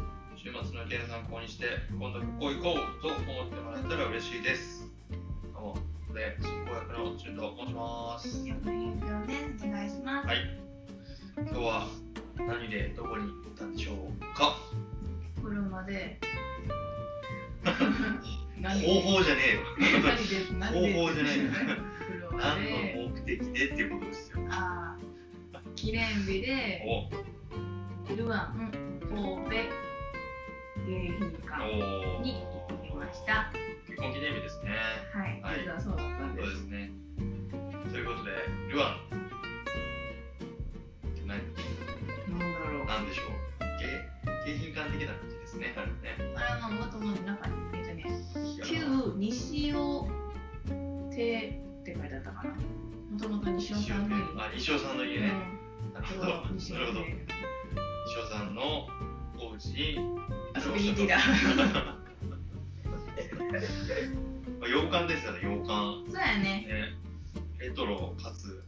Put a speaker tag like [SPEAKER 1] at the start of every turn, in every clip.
[SPEAKER 1] の意見参考にして、今度ここ行こうと思ってもらえたら嬉しいです。どうも、で、進行役の中と申します。
[SPEAKER 2] よく言うよね。お願いします。
[SPEAKER 1] はい。今日は何でどこに行ったんでしょうか
[SPEAKER 2] 車 で。
[SPEAKER 3] 何
[SPEAKER 1] 方法じゃね
[SPEAKER 3] 何
[SPEAKER 1] えよ。
[SPEAKER 3] です何
[SPEAKER 1] 方法じゃないよ。
[SPEAKER 3] 車で
[SPEAKER 1] 何の目的でっていうことですよ。
[SPEAKER 2] ああ。記念日で。
[SPEAKER 1] お
[SPEAKER 2] ルアン。神戸。迎賓館。
[SPEAKER 1] おー
[SPEAKER 2] に行ってきました。
[SPEAKER 1] 結婚記念日ですね。
[SPEAKER 2] はい。
[SPEAKER 1] はい
[SPEAKER 2] 実はそうだったん
[SPEAKER 1] そ
[SPEAKER 2] で。
[SPEAKER 1] うですすね。ということで、ルアンって何
[SPEAKER 3] なんだろう
[SPEAKER 1] なんでしょう景景品感的な感じですね。あるね。
[SPEAKER 2] あれはもともと中に、えっとね、
[SPEAKER 1] いや
[SPEAKER 2] 旧西尾亭って書いてあったかな。もともと西尾
[SPEAKER 1] 西
[SPEAKER 2] さ
[SPEAKER 1] 尾ね
[SPEAKER 2] んの家。
[SPEAKER 1] あ、西尾さんの家ね。なるほ ど。なる
[SPEAKER 2] うん西尾
[SPEAKER 1] ほど。
[SPEAKER 2] 亭。
[SPEAKER 1] 西尾さんのお家に
[SPEAKER 3] 遊びに来た
[SPEAKER 1] まあ 洋館ですよね、洋館。
[SPEAKER 2] そうやね。
[SPEAKER 1] ね、レトロかつ、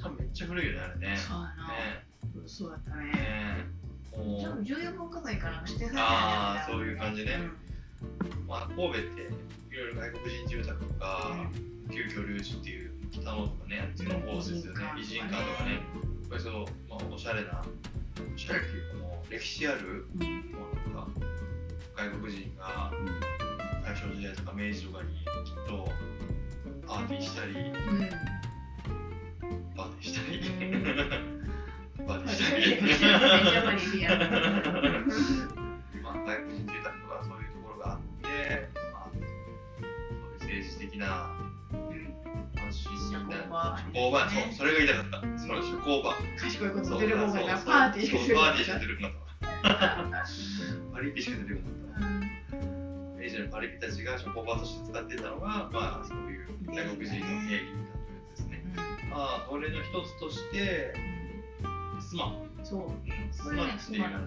[SPEAKER 1] 多分めっちゃ古いよね、あれね。ね
[SPEAKER 2] そうやな。そうだったね。
[SPEAKER 1] ねも
[SPEAKER 2] 多
[SPEAKER 1] う、
[SPEAKER 2] 分14番火災かなんかしてさ
[SPEAKER 1] あーそういう感じね
[SPEAKER 2] うん
[SPEAKER 1] まあ、神戸っていろいろ外国人住宅とか、旧居ルージュっていう北野とかね、あっちの方ですよね、
[SPEAKER 2] 美
[SPEAKER 1] 美
[SPEAKER 2] 人
[SPEAKER 1] 人
[SPEAKER 2] 館
[SPEAKER 1] 館
[SPEAKER 2] と
[SPEAKER 1] と
[SPEAKER 2] かね
[SPEAKER 1] かね、これそう、まあ、おしゃれな、おしゃれっていうかもう、歴史ある、
[SPEAKER 2] うん
[SPEAKER 1] もうなんか、外国人が大正時代とか明治とかにきっと、パーティーしたり、
[SPEAKER 2] うん
[SPEAKER 1] パーティーしたり、パーティーしたり。まあ、外国人住宅とかそういうと
[SPEAKER 2] う
[SPEAKER 1] ころがあって、まあ、そういう政治的な、安心みたいな、社
[SPEAKER 2] 社
[SPEAKER 1] 交
[SPEAKER 2] 交
[SPEAKER 1] 場
[SPEAKER 2] 場、
[SPEAKER 1] そう、それが言いたかった。その社交場。
[SPEAKER 3] 賢いこ
[SPEAKER 1] そ
[SPEAKER 3] と
[SPEAKER 1] う
[SPEAKER 3] 出る方がいいなパーティー
[SPEAKER 1] そう
[SPEAKER 3] す
[SPEAKER 1] そ
[SPEAKER 3] る
[SPEAKER 1] うパーティーしか出てこなか った。パリピしか出てこなかっ
[SPEAKER 2] ん
[SPEAKER 1] た。明治のパリピたちが社交場として使ってたのが、まあ、そういう外国人の定義みたいなやつですね。まあ、それの一つとして、スマホ。
[SPEAKER 2] そう
[SPEAKER 1] スマッチっていうのはね、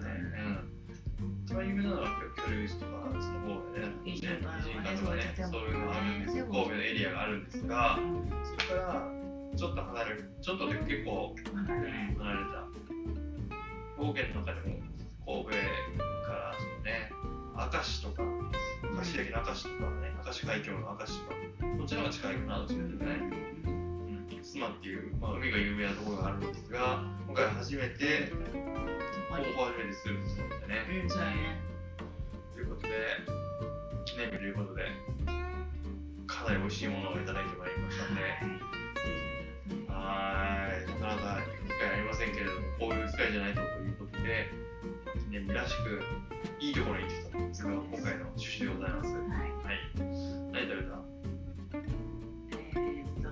[SPEAKER 1] うん、一番有名なのは居留地とか、その方でね、
[SPEAKER 2] 移住とかね
[SPEAKER 1] 移住とかね、そういうのがあるんですよ、
[SPEAKER 2] そう
[SPEAKER 1] 神戸のエリアがあるんですが、そこからちょっと離れる、ちょっとで結構
[SPEAKER 2] なんか
[SPEAKER 1] 離れ
[SPEAKER 2] ね
[SPEAKER 1] た、兵庫県の中でも神戸からそのね、明石とか、明石焼きの明石とかね、明石海峡の明石とか、こっちの方が近いかな、どっちかというとね。うん須磨っていう、まあ、海が有名なところがあるんですが今回初めてほぼ初めてすることなんでね。
[SPEAKER 2] うんそうやね
[SPEAKER 1] ということで記念日ということでかなり美味しいものをいただいてまいりましたんではーいなかなか行く機会ありませんけれどもこういう機会じゃないとということで記念日らしくいいところに行ってきたんですが今回の趣旨でございます。はい、
[SPEAKER 2] はい
[SPEAKER 1] 何食べた
[SPEAKER 2] えーっとだ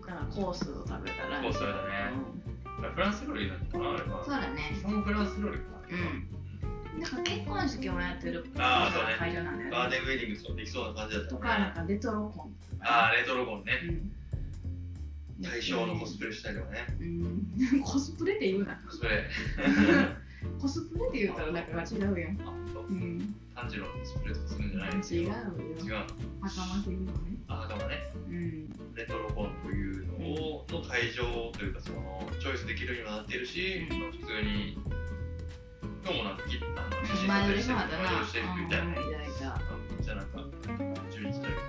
[SPEAKER 2] からコースを食べたら
[SPEAKER 1] コース食べたね。フランス料理なのかなあれ
[SPEAKER 2] うん
[SPEAKER 1] は。
[SPEAKER 2] そうだね
[SPEAKER 1] 基本フランス料理か。
[SPEAKER 2] うんなんか結婚式もやってる
[SPEAKER 1] あーそうね
[SPEAKER 2] 会場なんだよね
[SPEAKER 1] ガーデンウェディングとかできそうな感じだった
[SPEAKER 2] と
[SPEAKER 1] ね
[SPEAKER 2] か、なんかレトロコンと
[SPEAKER 1] あ
[SPEAKER 2] か。
[SPEAKER 1] あ、レトロゴンね。
[SPEAKER 2] うん
[SPEAKER 1] 大正のコスプレしたりとかね。
[SPEAKER 2] うん、 コスプレって言 うな。
[SPEAKER 1] コスプレ。
[SPEAKER 2] コスプレって言うたらなんか違うやん。
[SPEAKER 1] あ、そう
[SPEAKER 2] うん、
[SPEAKER 1] 炭治郎のコスプレとかするんじゃないんです
[SPEAKER 2] 違う
[SPEAKER 1] よ。
[SPEAKER 2] よ。
[SPEAKER 1] 違うの。
[SPEAKER 2] 袴着るのね。
[SPEAKER 1] あ、だからね、
[SPEAKER 2] うん、
[SPEAKER 1] レトロゴンというのを、の会場というか、その、チョイスできるようにもなってるし、
[SPEAKER 2] うん
[SPEAKER 1] まあ普通に、今日もなんか切ったの、
[SPEAKER 2] 前
[SPEAKER 1] 撮
[SPEAKER 2] 撮
[SPEAKER 1] 影
[SPEAKER 2] り
[SPEAKER 1] し
[SPEAKER 2] して
[SPEAKER 1] る
[SPEAKER 2] て
[SPEAKER 1] 人
[SPEAKER 2] もらっ、た
[SPEAKER 1] 前
[SPEAKER 2] な。
[SPEAKER 1] 撮りしてる人いたよね。
[SPEAKER 2] うんいたいた。
[SPEAKER 1] じゃあなんか、順一というか、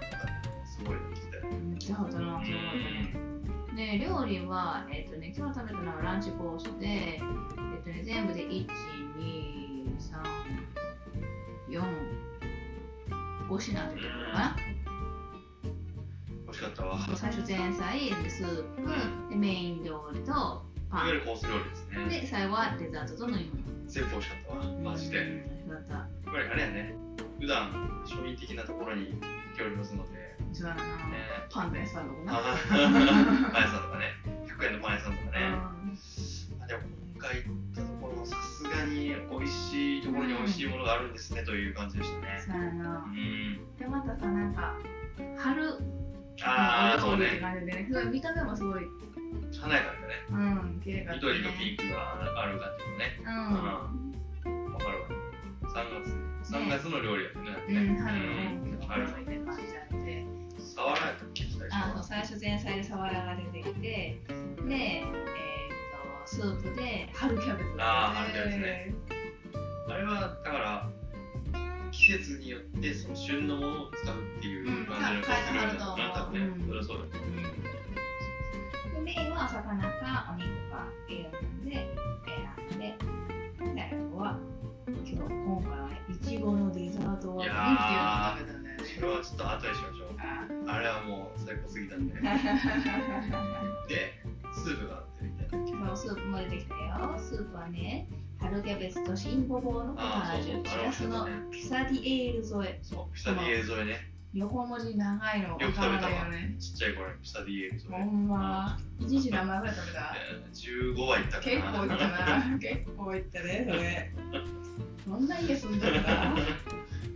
[SPEAKER 1] すごいの来てたよね。
[SPEAKER 2] めっちゃほどな、すごかったね。で、料理は、えっ、とね、今日食べたのはランチコースで、えっ、とね、全部で1、2、3、4、5品ってところかな。
[SPEAKER 1] 美味しかったわ。
[SPEAKER 2] 最初前菜でスープでメイン料理と
[SPEAKER 1] いわ
[SPEAKER 2] パ
[SPEAKER 1] ゆるコース料理です
[SPEAKER 2] ン
[SPEAKER 1] ね。
[SPEAKER 2] で最後はデザートと飲み
[SPEAKER 1] 全部美味しかったわ。
[SPEAKER 2] 物
[SPEAKER 1] マジで。
[SPEAKER 2] うんだった
[SPEAKER 1] やっぱりあれやね、普段庶民的なところに行っておりますので、ね、
[SPEAKER 2] そうやなパン屋さんのか
[SPEAKER 1] あ
[SPEAKER 2] な
[SPEAKER 1] のパン屋さんとかね、100円のパン屋さんとかね、あでも今回行ったところ、さすがに美味しいところに美味しいものがあるんですねという感じでした
[SPEAKER 2] うん
[SPEAKER 1] ね。
[SPEAKER 2] そうや
[SPEAKER 1] う、
[SPEAKER 2] なんでまたさなんか春
[SPEAKER 1] ああ、
[SPEAKER 2] の
[SPEAKER 1] そう
[SPEAKER 2] 緑って
[SPEAKER 1] ね、
[SPEAKER 2] 感じでねすごい見た目もすごい
[SPEAKER 1] 華やかだね、
[SPEAKER 2] うん綺麗かったね
[SPEAKER 1] 緑とピンクがある感じのね、わかるわ。3月、三月の料理やったねだって
[SPEAKER 2] うん
[SPEAKER 1] ね。
[SPEAKER 2] うん
[SPEAKER 1] うん
[SPEAKER 2] 春
[SPEAKER 1] 春
[SPEAKER 2] の緑って感じなんで
[SPEAKER 1] サワラやったっけ最
[SPEAKER 2] あ
[SPEAKER 1] 初
[SPEAKER 2] の
[SPEAKER 1] は
[SPEAKER 2] 最初前菜でサワラが出てきてで、えー、とスープで春キャベツ
[SPEAKER 1] あー春キャベツ
[SPEAKER 2] ね
[SPEAKER 1] あれはだから季節によってその旬のものを使うっていう感じの
[SPEAKER 3] うん
[SPEAKER 1] だったな多分ね、
[SPEAKER 2] うん
[SPEAKER 1] それはそうだよね
[SPEAKER 2] でメインは魚かお肉かっていうので選んで最後は今日今回はいちごのデザートを
[SPEAKER 1] いや
[SPEAKER 3] あーっていうの食
[SPEAKER 1] それはちょっと後でしましょう
[SPEAKER 3] べたね
[SPEAKER 1] あれはもう最高すぎたんででスープがあってみたいな
[SPEAKER 2] 今日スープも出てきたよスープはね春キャベツと新ごぼうのポタージュしらすのピサディエール添え
[SPEAKER 1] そうピサディエール添えね
[SPEAKER 2] 横文字長いの
[SPEAKER 1] よく食べた
[SPEAKER 3] わ
[SPEAKER 1] わ
[SPEAKER 3] かんないよね
[SPEAKER 1] ちっちゃい頃にピサディエール添
[SPEAKER 3] ほ
[SPEAKER 1] え
[SPEAKER 3] んま一日名前ぐらい食べた
[SPEAKER 1] えー15はいったか
[SPEAKER 3] 結構いった
[SPEAKER 1] な
[SPEAKER 3] な結構いったねそれどんな家住んでるか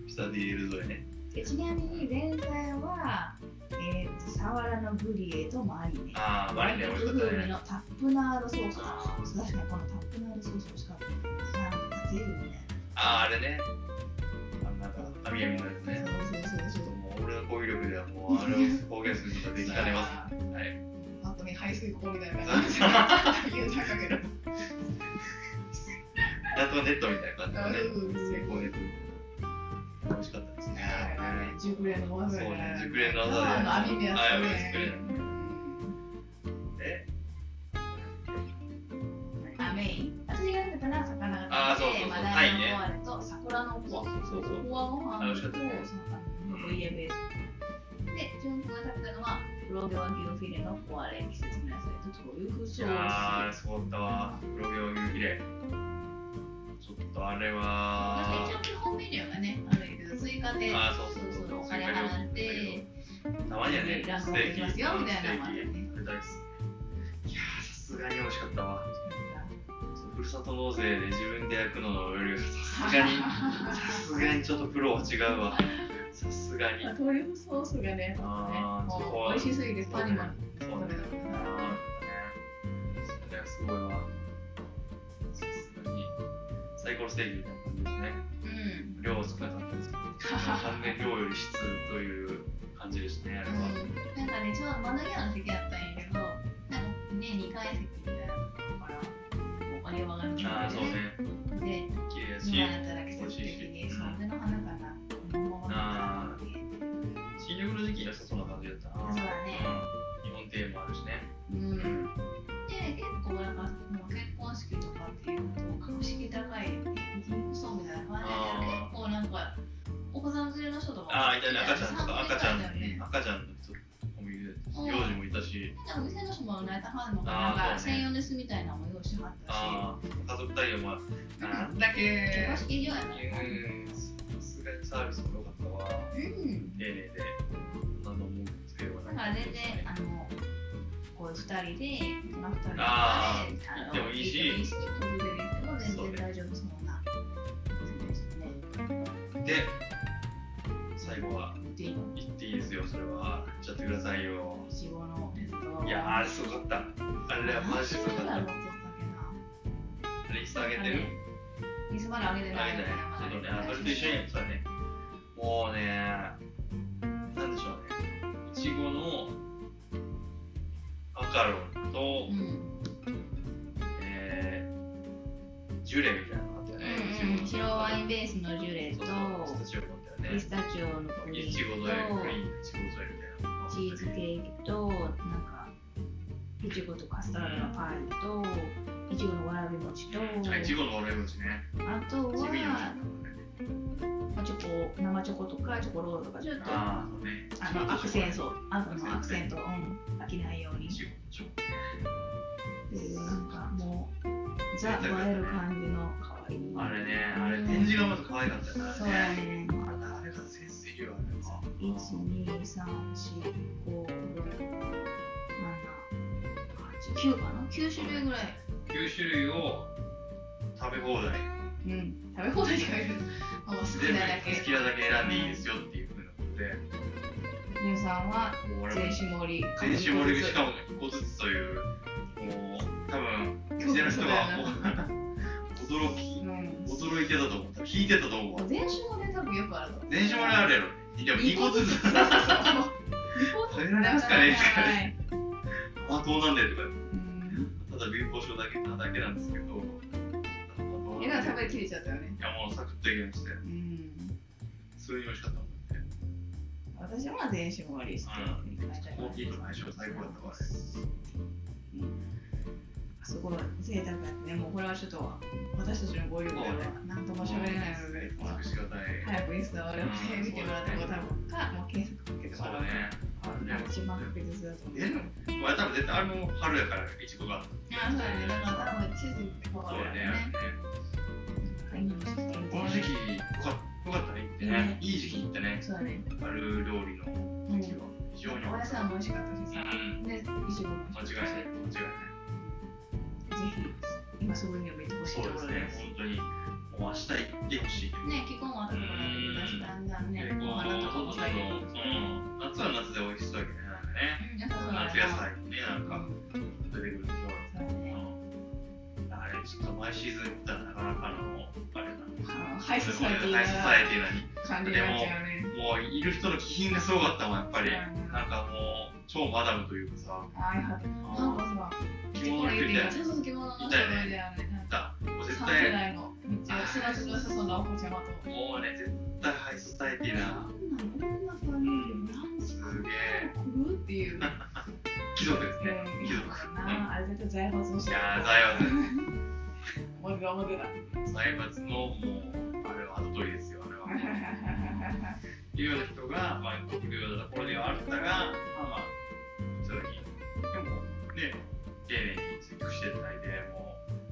[SPEAKER 1] ピサディエール添えね
[SPEAKER 2] でちなみに前菜は、えー、とサワラのブリエとマリネ
[SPEAKER 1] ああマリネ美味しかっ
[SPEAKER 2] 風
[SPEAKER 1] た
[SPEAKER 2] 味
[SPEAKER 1] ね
[SPEAKER 2] のタップナードソース確かにこのタップナードソース欲しかったなんかゼリーみたい
[SPEAKER 1] あああれねあのなんか神々のやつね
[SPEAKER 2] なそうそう
[SPEAKER 1] ち
[SPEAKER 2] そ
[SPEAKER 1] ょ
[SPEAKER 2] う
[SPEAKER 1] っ
[SPEAKER 2] そ
[SPEAKER 1] と
[SPEAKER 2] う
[SPEAKER 1] もう俺の語彙力ではもうあれを表現することができかねま
[SPEAKER 3] さ
[SPEAKER 1] す ねはい
[SPEAKER 3] あパッと見排水溝みたいな感 じで油断かける
[SPEAKER 1] ラットネットみたいな感じのね
[SPEAKER 3] うん
[SPEAKER 1] 成功ネットみたいな美味しかったですね
[SPEAKER 3] 熟練の技
[SPEAKER 1] そう
[SPEAKER 3] や
[SPEAKER 1] ね
[SPEAKER 3] ね
[SPEAKER 1] 熟練の技
[SPEAKER 3] パワーの網目やった
[SPEAKER 1] あ
[SPEAKER 3] ね
[SPEAKER 1] 網目作れるで
[SPEAKER 2] あメイン私が食べたら魚
[SPEAKER 1] あ
[SPEAKER 2] が
[SPEAKER 1] ーそう
[SPEAKER 2] 食
[SPEAKER 1] そうそう
[SPEAKER 2] べてマ
[SPEAKER 1] タ
[SPEAKER 2] ダ
[SPEAKER 1] イね
[SPEAKER 2] イのポワレと桜のポワ
[SPEAKER 1] そうそう
[SPEAKER 2] ポワご飯
[SPEAKER 1] 楽
[SPEAKER 2] と
[SPEAKER 1] しかった
[SPEAKER 2] 魚
[SPEAKER 1] ね
[SPEAKER 2] のブイヤベースで純君が食べたのは黒毛和牛フィレのポワレ季節の野菜と豆腐
[SPEAKER 1] い
[SPEAKER 2] ソ
[SPEAKER 1] や
[SPEAKER 2] ー
[SPEAKER 1] ー
[SPEAKER 2] ス
[SPEAKER 1] そうだったわ黒毛和牛ヒレちょっとあれは
[SPEAKER 2] 一応基本メニューがねあるけど追加で
[SPEAKER 1] あーそう
[SPEAKER 2] そ
[SPEAKER 1] そう
[SPEAKER 2] う
[SPEAKER 1] そ
[SPEAKER 2] そううお金払って
[SPEAKER 1] たまにはね
[SPEAKER 2] ラン
[SPEAKER 1] ス
[SPEAKER 2] ク
[SPEAKER 1] テー
[SPEAKER 2] も
[SPEAKER 1] キス
[SPEAKER 2] できます
[SPEAKER 1] テ
[SPEAKER 2] よ
[SPEAKER 1] ー
[SPEAKER 2] みたいなのもある
[SPEAKER 1] キ
[SPEAKER 2] ね
[SPEAKER 1] 食べたいっすいやーさすがに美味しかったわふるさと納税で自分で焼くののよりさすがにさすがにちょっとプロは違うわさすがに
[SPEAKER 3] あトリュフソースがね、
[SPEAKER 1] あー
[SPEAKER 3] もう
[SPEAKER 1] そこは
[SPEAKER 3] 美味しすぎて
[SPEAKER 1] そう
[SPEAKER 3] パンにも
[SPEAKER 1] ねそう
[SPEAKER 3] 食べ
[SPEAKER 1] ね
[SPEAKER 3] たことない
[SPEAKER 1] あーねそれはすごいわさすがにサイコロステーキみたいな感じですね
[SPEAKER 2] うん
[SPEAKER 1] 量少なかったですけど完全に量より質という感じでしたねあれ
[SPEAKER 2] う
[SPEAKER 1] は、
[SPEAKER 2] んなんかね、ちょうど窓際の席だったんやけど、なんかね、2階席みたいなとこから、お金は上がる
[SPEAKER 1] ああそうね
[SPEAKER 2] で、
[SPEAKER 1] 綺麗だし
[SPEAKER 2] 今だったら季節的に、風の花かな、このままだね。
[SPEAKER 1] 新緑の時期良さそうな感じだったな
[SPEAKER 2] そうだね
[SPEAKER 1] うん日本庭園もあるしね
[SPEAKER 2] うん。で、結構なんか、もう結婚式とかっていうと、格式高い、一服装みたいな感じで、
[SPEAKER 1] あー
[SPEAKER 2] 結構なんか、お子さん連れの人とかも、
[SPEAKER 1] ああいたね赤ちゃんとか赤ち
[SPEAKER 2] 3
[SPEAKER 1] ゃん
[SPEAKER 2] 人ぐらいいたよね
[SPEAKER 1] 赤ちゃんの人もいる幼児もいたし
[SPEAKER 2] なんか店の人も大体ハードの
[SPEAKER 1] あ
[SPEAKER 2] な
[SPEAKER 1] ー
[SPEAKER 2] んか
[SPEAKER 1] そうね
[SPEAKER 2] 専用ですみたいなのも用意しはったし、
[SPEAKER 1] ああ家族対応もあるなんだ
[SPEAKER 2] 結
[SPEAKER 1] け
[SPEAKER 2] 婚式場やから
[SPEAKER 1] うんさすがにサービスも良かったわ
[SPEAKER 2] うん。
[SPEAKER 1] 丁寧で何の文句つけようが
[SPEAKER 2] だか
[SPEAKER 1] な
[SPEAKER 2] ら
[SPEAKER 1] い
[SPEAKER 2] 全然、あの、こういう二人で、大人二人とかで、
[SPEAKER 1] あ
[SPEAKER 2] あの
[SPEAKER 1] でもいいし
[SPEAKER 2] 行ってもいいし、飛び出るっても全然大丈夫そうな感じですね。
[SPEAKER 1] で最後は
[SPEAKER 2] で、い
[SPEAKER 1] 言っていいですよそれは言っちゃってくださいよ
[SPEAKER 2] ちごのレスト
[SPEAKER 1] いやーあれすごかったあれはマジすごかった
[SPEAKER 2] だろ
[SPEAKER 1] あ
[SPEAKER 2] うとったっ
[SPEAKER 1] れ椅子あげ
[SPEAKER 2] けな。
[SPEAKER 1] てる
[SPEAKER 2] いつまであげて
[SPEAKER 1] あ
[SPEAKER 2] な
[SPEAKER 1] れ
[SPEAKER 2] い
[SPEAKER 1] だよちょっとね、あそれと一緒にやってたね。もうね、なんでしょうね。いちごのマカロンと、
[SPEAKER 2] うん。
[SPEAKER 1] えー、ジュレみたいなのがあったよね。
[SPEAKER 2] うんうん。白ワインベ
[SPEAKER 1] ー
[SPEAKER 2] ースのジュレ
[SPEAKER 1] そ
[SPEAKER 2] と
[SPEAKER 1] う、そう、ピスタチオだったよ
[SPEAKER 2] ピ
[SPEAKER 1] ね
[SPEAKER 2] ス。タチオのクリ
[SPEAKER 1] いち
[SPEAKER 2] ー
[SPEAKER 1] ご
[SPEAKER 2] ム
[SPEAKER 1] 添え、
[SPEAKER 2] と
[SPEAKER 1] クリーム、いちご添えみたいなのがあった
[SPEAKER 2] チ
[SPEAKER 1] り。
[SPEAKER 2] ーズケーキとなんかいちごとカスタードのパイといちごのわらび餅と
[SPEAKER 1] あいちごのオレンジね。
[SPEAKER 2] あと
[SPEAKER 1] チビの
[SPEAKER 2] はまあチョコ生チョコとかチョコロールとかちょっとあ
[SPEAKER 1] ああ、そうね。
[SPEAKER 2] のアクセントあ
[SPEAKER 1] アクセント
[SPEAKER 2] のアクセント、うん、飽きないように
[SPEAKER 1] い
[SPEAKER 2] っ
[SPEAKER 1] ちごのチョコ。
[SPEAKER 2] ていうなんかもうザ映える感じの可愛い
[SPEAKER 1] あれね、あれ展示がまず可愛かったからね。
[SPEAKER 2] そうやね
[SPEAKER 1] あれあれがセンスいるわね。
[SPEAKER 2] 一二三四五六七八九かな九種類ぐらい
[SPEAKER 1] 9種類を食べ放題
[SPEAKER 2] うん
[SPEAKER 3] 食べ放題って書いてある。もう好き
[SPEAKER 1] 全部
[SPEAKER 3] なだけ。
[SPEAKER 1] 好きなだけ選んでいいですよっていうふうなことで
[SPEAKER 2] ゆうさんは
[SPEAKER 1] もう俺も
[SPEAKER 2] 全種盛り
[SPEAKER 1] 全種盛りしかも1個ずつというもう多分店の人はもう驚き
[SPEAKER 3] うん
[SPEAKER 1] 驚いてたと思う引いてたと思うわ
[SPEAKER 3] 全種もね、多分よくあると思う。
[SPEAKER 1] 全種盛りあるやろでも2個ずつ
[SPEAKER 3] そうそうそう
[SPEAKER 1] 食べられますかねとかね
[SPEAKER 3] い。
[SPEAKER 1] あどうなんだよとか
[SPEAKER 3] うん
[SPEAKER 1] ただ貧乏症だけなだけなんですけどどう
[SPEAKER 2] えらい食べきれちゃったよね。
[SPEAKER 1] いやもうサクッといけまして
[SPEAKER 2] うん。
[SPEAKER 1] そういう美味しかったもんね
[SPEAKER 2] 私は全種盛りしてみたいな
[SPEAKER 1] コーヒーとの相性最高だったわあれ
[SPEAKER 2] うんすごい贅沢やね。もうこれはちょっと私たちのご用では何とも喋れないので、
[SPEAKER 1] 尽くしがたい
[SPEAKER 2] 早くインスタ我々で見てもらっても多分か、もう検索かけて
[SPEAKER 1] そ
[SPEAKER 2] も
[SPEAKER 1] う
[SPEAKER 2] ら
[SPEAKER 1] だ
[SPEAKER 2] う。
[SPEAKER 1] ね
[SPEAKER 2] が一番確実だと思う。
[SPEAKER 1] えでも俺多分絶対あの春やからいちごが
[SPEAKER 2] あ、そうだね。だから多分地図ってこ
[SPEAKER 1] そう
[SPEAKER 2] とだ
[SPEAKER 1] だね
[SPEAKER 2] よね。買い物してみ
[SPEAKER 1] この時期よかよかったね行ってね
[SPEAKER 2] ね
[SPEAKER 1] いい時期に行ったね
[SPEAKER 2] そうだね。
[SPEAKER 1] 春料理の時期は非常に
[SPEAKER 2] お
[SPEAKER 1] 多か
[SPEAKER 2] 野
[SPEAKER 1] った
[SPEAKER 2] 菜も美味しかったしさ。
[SPEAKER 1] うん
[SPEAKER 2] ね、いちごも
[SPEAKER 1] 間
[SPEAKER 2] 美味
[SPEAKER 1] 違い
[SPEAKER 2] しか
[SPEAKER 1] ない
[SPEAKER 2] っ
[SPEAKER 1] 間
[SPEAKER 2] たし
[SPEAKER 1] 違いない
[SPEAKER 2] ぜひ、今すぐにでも行ってほしい
[SPEAKER 1] そう
[SPEAKER 2] と
[SPEAKER 1] で
[SPEAKER 2] こ
[SPEAKER 1] す
[SPEAKER 2] ろ
[SPEAKER 1] ね
[SPEAKER 2] です。ね、
[SPEAKER 1] 本当にもう明日行ってほしい
[SPEAKER 2] 気候も暖かくなってきたし、だんだんね、
[SPEAKER 1] 結構
[SPEAKER 2] お花とかも咲いてくる。
[SPEAKER 1] うん夏は夏で美味しそうやけどねなんかね
[SPEAKER 2] うん、やっぱそうだね
[SPEAKER 1] 夏野菜もねなんか出てくると思う
[SPEAKER 2] そうだね。
[SPEAKER 1] あれちょっと毎シーズン行ったらなかなかのあれだな
[SPEAKER 2] あのハイソサイティ
[SPEAKER 1] ハイソサイ
[SPEAKER 2] な
[SPEAKER 1] ティな
[SPEAKER 2] 感じになっちゃうね。
[SPEAKER 1] もういる人の気品がすごかったもんやっぱり、
[SPEAKER 2] うん
[SPEAKER 1] なんかもう超マダムというかさ
[SPEAKER 2] ああ、よかった。なんかさ、
[SPEAKER 1] 着物着てみたいな
[SPEAKER 2] そうそう、着物の人もいるよね。なんか
[SPEAKER 1] もう絶
[SPEAKER 2] 三世
[SPEAKER 1] 対
[SPEAKER 2] 代のめっちゃすがすがしそうなお子ちゃまと。そ
[SPEAKER 1] もうね絶対ハイソサイティなん
[SPEAKER 2] なの、女さんってなんですすか
[SPEAKER 1] げえ
[SPEAKER 2] 来るっていう。
[SPEAKER 1] 貴族ですね
[SPEAKER 2] うん、
[SPEAKER 1] 貴族うん
[SPEAKER 2] なあ、あれ絶対財閥をし
[SPEAKER 1] い
[SPEAKER 2] て
[SPEAKER 1] やー財閥
[SPEAKER 2] 思ってた思ってた。
[SPEAKER 1] 財閥のもうあれは後取りですよあれは。いうような人が、まあ、行くようなところではあったが、まあまあ、普通に、でもね、丁寧に追求していただいて、も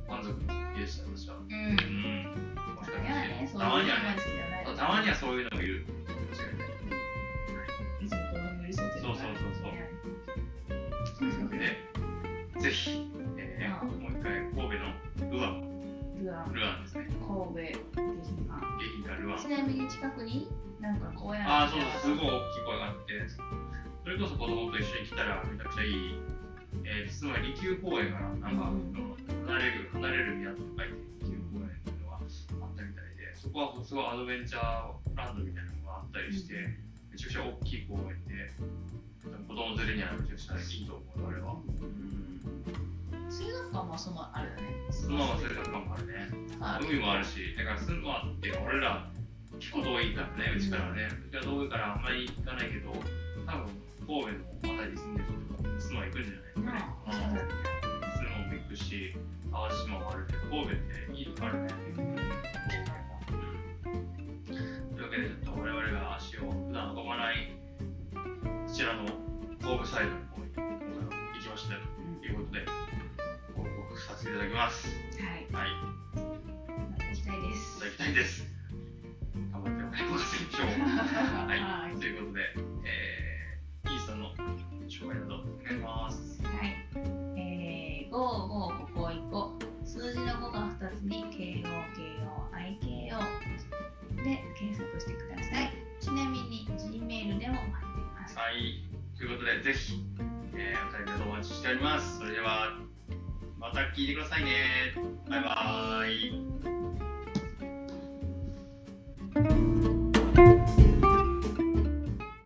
[SPEAKER 1] う満足でした、私は。
[SPEAKER 2] うん。い
[SPEAKER 1] うん、面白い
[SPEAKER 2] やね、
[SPEAKER 1] し、
[SPEAKER 2] そ
[SPEAKER 1] た
[SPEAKER 2] う
[SPEAKER 1] ま
[SPEAKER 2] いう
[SPEAKER 1] には
[SPEAKER 2] 感
[SPEAKER 1] ね、
[SPEAKER 2] じじゃない。
[SPEAKER 1] たまにはそういうのもいる。確かにね。
[SPEAKER 2] いつも子供に寄り添ってるから。
[SPEAKER 1] そうそうそうそう
[SPEAKER 2] ね
[SPEAKER 1] というわけで、ぜひ、えー
[SPEAKER 4] うん
[SPEAKER 1] もう一回、神戸のルアン、
[SPEAKER 4] ルアー
[SPEAKER 1] ルアンですね、
[SPEAKER 4] 神戸でしょうか
[SPEAKER 1] 下品なルアン
[SPEAKER 4] ち。なみに近くになんか公園
[SPEAKER 1] ああ、そうそう、すごい大きい声があって、それこそ子供と一緒に来たらめちゃくちゃいい、えー、つまり利休公園からなんか、離れる、離れる宮とか書いて、利休公園っていうのがあったみたいで、そこはすごいアドベンチャーランドみたいなのがあったりして、めちゃくちゃ大きい公園で、子供連れにはめちゃくちゃいいと思う、あれは。うん。
[SPEAKER 4] 水族館もそのあるよね
[SPEAKER 1] そのまま水族館もあるね。海もあるし、だからスーパーって俺ら結構遠いからね、うちからね。うちは遠いからあんまり行かないけど、多分神戸の辺りに住んでる人とか、スマ行くんじゃないかね。うんスマも行くし、淡路島もあるけど、神戸っていいとこあるね。うんというわけで、ちょっと我々が足を普段運ばないこちらの神戸サイドの方に今回は行きましたよということで、報告させていただきます。
[SPEAKER 2] は
[SPEAKER 1] は
[SPEAKER 2] い。
[SPEAKER 1] い。
[SPEAKER 4] また行きたいで
[SPEAKER 1] い
[SPEAKER 4] す
[SPEAKER 1] ただきたいです。頑張ってもらいます、今日も。はい、ということで、えー、イーさんの紹介などお願いします。
[SPEAKER 4] はい。えー、5、5、ここ1個。数字の5が2つに、KO、KO、IKO で検索してください。ちなみに、Gmail でも待っています。
[SPEAKER 1] はい、ということで、ぜひ、えー、お二人でお待ちしております。それでは、また聞いてくださいね。バイバーイ。